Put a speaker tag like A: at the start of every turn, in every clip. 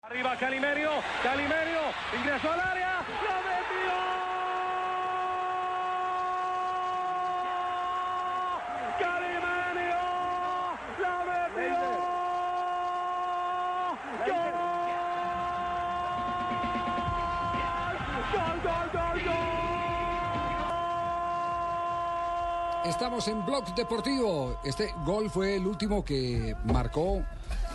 A: Arriba Calimerio, Calimerio, ingresó al área, lo metió. Calimerio, lo metió. Gol, gol, gol, gol,
B: Estamos en Blog Deportivo. Este gol fue el último que marcó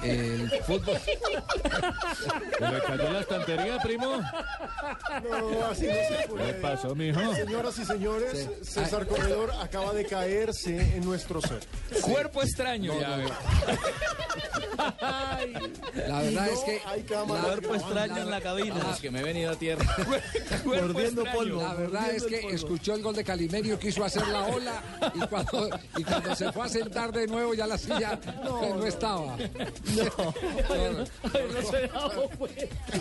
B: el fútbol.
C: ¿Se le cayó la estantería, primo?
D: No, así no se puede.
C: ¿Qué pasó, mijo?
D: Señoras y señores, César Corredor acaba de caerse en nuestro set.
E: Cuerpo extraño, ya veo.
B: La verdad
D: No
B: es que
D: hay cámaras
B: cuerpo
D: grabando.
B: extraño en la pues, cabina.
E: Vamos, que me he venido a tierra. Cuerpo
D: Mordiendo
E: extraño.
D: polvo.
B: La verdad es que escuchó el gol de Calimerio, quiso hacer la ola y cuando, y cuando se fue a sentar de nuevo ya la silla pues, no, estaba. No,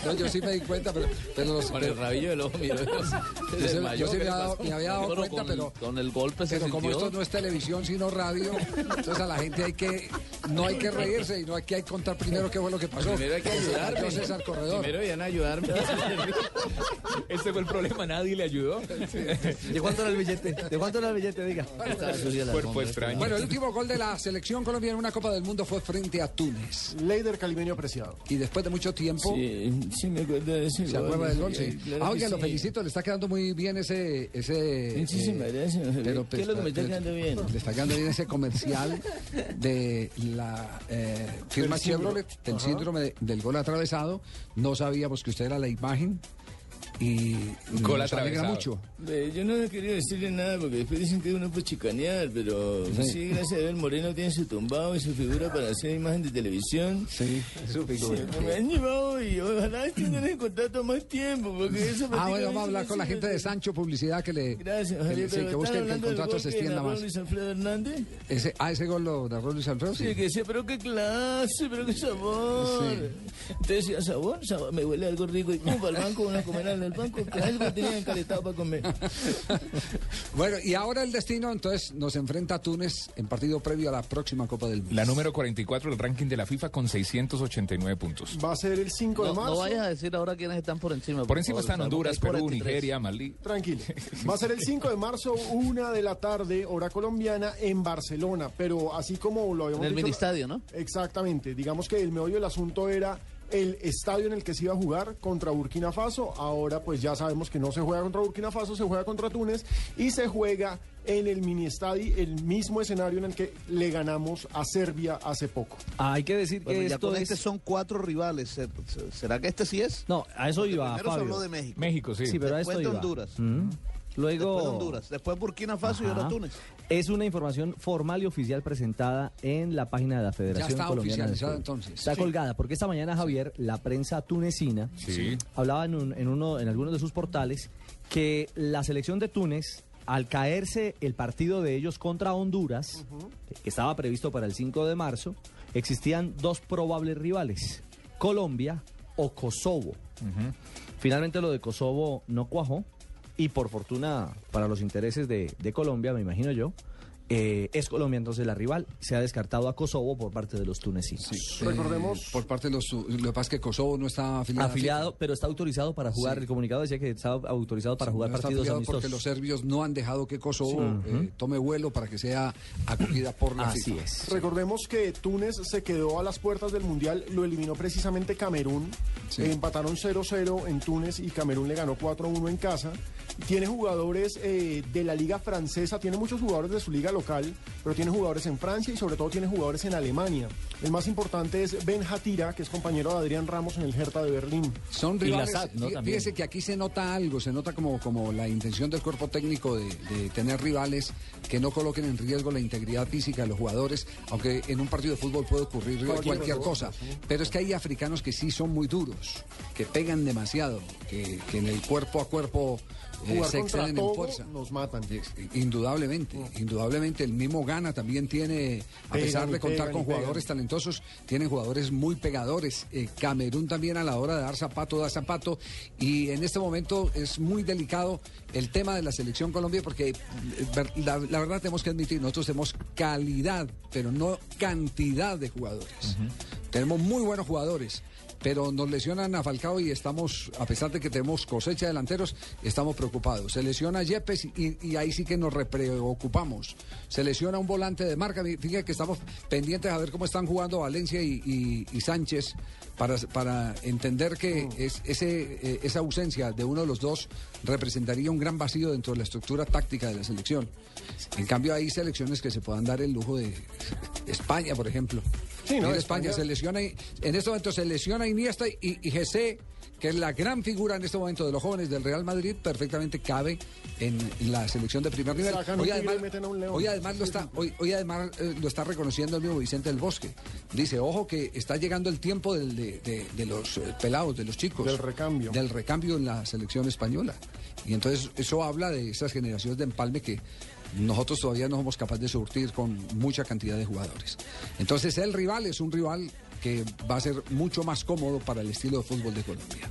B: no, yo sí me di cuenta, pero, pero los-
E: Con el rabillo del ojo, mira.
B: Yo
E: Yo,
B: sí- yo sí me había dado- me había dado cuenta,
E: con,
B: pero-
E: Con el golpe se
B: Pero como
E: sintió.
B: esto no es televisión sino radio, entonces a la gente hay que no hay que reírse y no hay que contar primero qué fue lo que pasó.
E: Primero hay que
B: Se cayó
E: ayudarme.
B: César Corredor.
E: Primero iban a ayudarme.
F: Ese fue el problema, nadie le ayudó.
G: ¿De cuánto era el billete? ¿De cuánto era el billete? Diga.
E: Estaba sucio la
F: Cuerpo
E: alfombra.
F: extraño.
B: Bueno, el último gol de la selección colombiana en una Copa del Mundo fue frente a Túnez
D: Leider Calimeño apreciado.
B: y después de mucho tiempo.
E: Sí, sí me acuerdo de ese
B: ¿Se
E: gol,
B: acuerda del gol?
E: eh,
B: Sí.
E: claro
B: Ah,
E: que
B: oiga, lo
E: sí.
B: felicito, le está quedando muy bien ese. ese
E: Sí, sí, se
B: eh,
E: merece.
B: pero, pues,
E: ¿Qué es lo que me está
B: pero-
E: quedando bien?
B: Le está quedando bien ese comercial de la eh, firma
D: Del síndrome.
B: Chevrolet, del síndrome de- del gol atravesado. No sabíamos que usted era la imagen y
F: Gol
B: nos alegra
F: atravesado.
B: mucho.
E: Eh, Yo no he querido decirle nada porque después dicen que uno puede chicanear, pero sí, gracias a Dios el Moreno tiene su tumbado y su figura para hacer imagen de televisión.
B: Sí, Pues
E: Siempre me han llevado y ojalá estén en contrato más tiempo porque eso
B: Ah, bueno, vamos a hablar
E: prácticamente
B: con la
E: sí me-
B: gente de Sancho Publicidad que le.
E: Gracias,
B: que,
E: Javier,
B: le- sí,
E: pero
B: que
E: ¿están
B: busque que el
E: hablando del
B: contrato
E: gol
B: se
E: que
B: extienda
E: narró
B: más.
E: Luis Alfredo Hernández?
B: Ese, ah, ese gol lo narró Luis Alfredo.
E: Sí, que decía, pero qué clase, pero qué sabor. Entonces decía, ¿sabor? sabor, me huele algo rico. Y pum, para el banco, una comer al banco, que algo tenían calentado para comer.
B: Bueno, y ahora el destino, entonces, nos enfrenta a Túnez en partido previo a la próxima Copa del Mundo.
F: La número 44 del ranking de la FIFA con 689 puntos.
D: Va a ser el 5 de
E: No,
D: marzo.
E: no vayas a decir ahora quiénes están por encima.
F: Por encima
E: favor, o
F: están
E: sea,
F: Honduras,
E: porque hay
F: Perú,
E: 43.
F: Nigeria, Malí.
D: Tranquilo. Va a ser el 5 de marzo, una de la tarde, hora colombiana, en Barcelona. Pero así como lo habíamos
E: En el
D: dicho-
E: ministadio, ¿no?
D: Exactamente. Digamos que el meollo del asunto era el estadio en el que se iba a jugar contra Burkina Faso. Ahora pues ya sabemos que no se juega contra Burkina Faso, se juega contra Túnez y se juega en el mini estadio, el mismo escenario en el que le ganamos a Serbia hace poco.
G: hay que decir que
E: Bueno, ya
G: esto
E: con
G: es...
E: este son cuatro rivales. ¿Se- se- ¿Será que este sí es?
G: No, a eso iba,
E: Primero se habló
G: Fabio.
E: de México.
F: México, sí.
G: Sí, pero a esto
E: Después de
G: iba.
E: Honduras.
G: Mm. Luego...
E: Después Honduras. Después Burkina Faso y ahora
G: Ajá.
E: Túnez.
G: Es una información formal y oficial presentada en la página de la Federación
B: Ya está
G: Colombiana de
B: oficializada,
G: Fútbol.
B: entonces.
G: Está
B: Sí.
G: colgada, porque esta mañana, Javier, la prensa tunecina
F: Sí.
G: hablaba en, un- en uno, en algunos de sus portales que la selección de Túnez, al caerse el partido de ellos contra Honduras, que estaba previsto para el 5 de marzo, existían dos probables rivales, Colombia o Kosovo. Finalmente lo de Kosovo no cuajó y por fortuna para los intereses de, de Colombia, me imagino yo, eh, es Colombia entonces la rival. Se ha descartado a Kosovo por parte de los tunecinos.
B: Eh,
D: Recordemos-
B: por parte de los. Lo que pasa es que Kosovo no está afiliado. a
G: Afiliado, pero está autorizado para jugar.
B: Sí.
G: El comunicado decía que estaba autorizado para jugar
B: No está
G: partidos
B: afiliado
G: amistosos.
B: porque los serbios no han dejado que Kosovo eh, tome vuelo para que sea acogida por la
G: Así
B: FIFA.
G: es.
D: Recordemos que Túnez se quedó a las puertas del Mundial, lo eliminó precisamente Camerún.
B: Sí.
D: Eh, empataron 0-0 en Túnez y Camerún le ganó 4-1 en casa. Tiene jugadores eh, de la liga francesa, tiene muchos jugadores de su liga local, pero tiene jugadores en Francia y sobre todo tiene jugadores en Alemania. El más importante es Ben Hatira, que es compañero de Adrián Ramos en el Hertha de Berlín.
B: Son
F: Y la
B: rivales.
F: SAT, ¿no?
B: fí-
F: También.
B: Fíjese que aquí se nota algo, se nota como, como la intención del cuerpo técnico de, de tener rivales que no coloquen en riesgo la integridad física de los jugadores, aunque en un partido de fútbol puede ocurrir cualquier, cosa. Pero es que hay africanos que sí son muy duros, que pegan demasiado, que, que en el cuerpo a cuerpo eh,
D: Jugar
B: se
D: contra
B: exceden en
D: Togo
B: fuerza.
D: nos matan.
B: Es- Pues, Indudablemente, indudablemente el mismo Ghana también tiene, a
D: Pegan
B: pesar
D: y
B: de contar
D: pegan
B: con
D: y pegan.
B: jugadores talentosos, tiene jugadores muy pegadores. Eh, Camerún también a la hora de dar zapato, da zapato. Y en este momento es muy delicado el tema de la selección Colombia porque eh, ver- la, la verdad tenemos que admitir, nosotros tenemos calidad, pero no cantidad de jugadores. Tenemos muy buenos jugadores. Pero nos lesionan a Falcao y estamos, a pesar de que tenemos cosecha de delanteros, estamos preocupados. Se lesiona Yepes y, y ahí sí que nos re- preocupamos. Se lesiona un volante de marca. Fíjate que estamos pendientes a ver cómo están jugando Valencia y, y- y Sánchez para, para entender que es, ese, eh, esa ausencia de uno de los dos representaría un gran vacío dentro de la estructura táctica de la selección. En cambio, hay selecciones que se puedan dar el lujo de España, por ejemplo.
D: Sí, ¿no?
B: Mira España,
D: España.
B: se lesiona, y- en este momento se lesiona Iniesta y, y GC, que es la gran figura en este momento de los jóvenes del Real Madrid, perfectamente cabe en la selección de primer nivel.
D: Sacan un
B: Hoy
D: tigre y
B: además,
D: meten a un león.
B: hoy además lo está, hoy, hoy además eh, lo está reconociendo el mismo Vicente del Bosque. Dice, ojo que está llegando el tiempo del- de, de- de los eh, pelados, de los chicos.
D: Del recambio.
B: Del recambio en la selección española. Y entonces eso habla de esas generaciones de empalme que nosotros todavía no somos capaces de surtir con mucha cantidad de jugadores. Entonces el rival es un rival que va a ser mucho más cómodo para el estilo de fútbol de Colombia.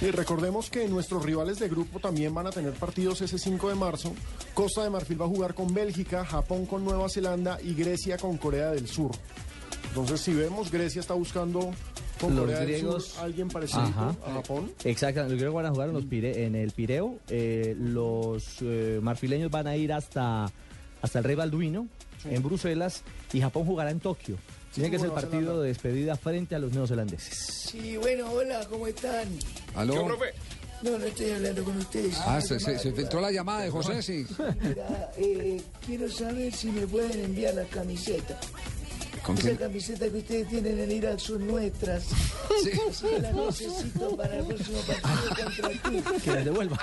D: Sí, recordemos que nuestros rivales de grupo también van a tener partidos ese 5 de marzo. Costa de Marfil va a jugar con Bélgica, Japón con Nueva Zelanda y Grecia con Corea del Sur. Entonces, si vemos, Grecia está buscando con
G: Los
D: Corea del
G: griegos-
D: Sur alguien parecido
G: Ajá.
D: a Japón.
G: Exacto, los griegos van a jugar en, los Pire- en el Pireo. eh, los eh, marfileños van a ir hasta, hasta el Rey Balduino, en Bruselas, y Japón jugará en Tokio. Dicen que es el
D: Nueva
G: partido
D: Zelanda.
G: de despedida frente a los neozelandeses.
E: Sí, bueno, hola, ¿cómo están?
B: ¿Aló?
F: ¿Qué, profe?
E: No, no estoy hablando con ustedes.
B: Ah, se, se- se filtró la llamada de José, sí.
E: Mira, eh, quiero saber si me pueden enviar las camisetas.
B: ¿Con
E: Esas
B: quién?
E: camisetas que ustedes tienen en Irak son nuestras.
B: Sí.
E: Así que las necesito para el próximo partido contra el Tigre.
G: Que les devuelvan.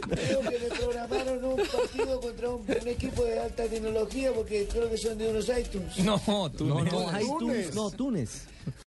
E: Creo que me programaron un partido contra un, un equipo de alta tecnología porque creo que son de unos iTunes.
F: No, tú no.
G: no, hay Túnez, no, Túnez.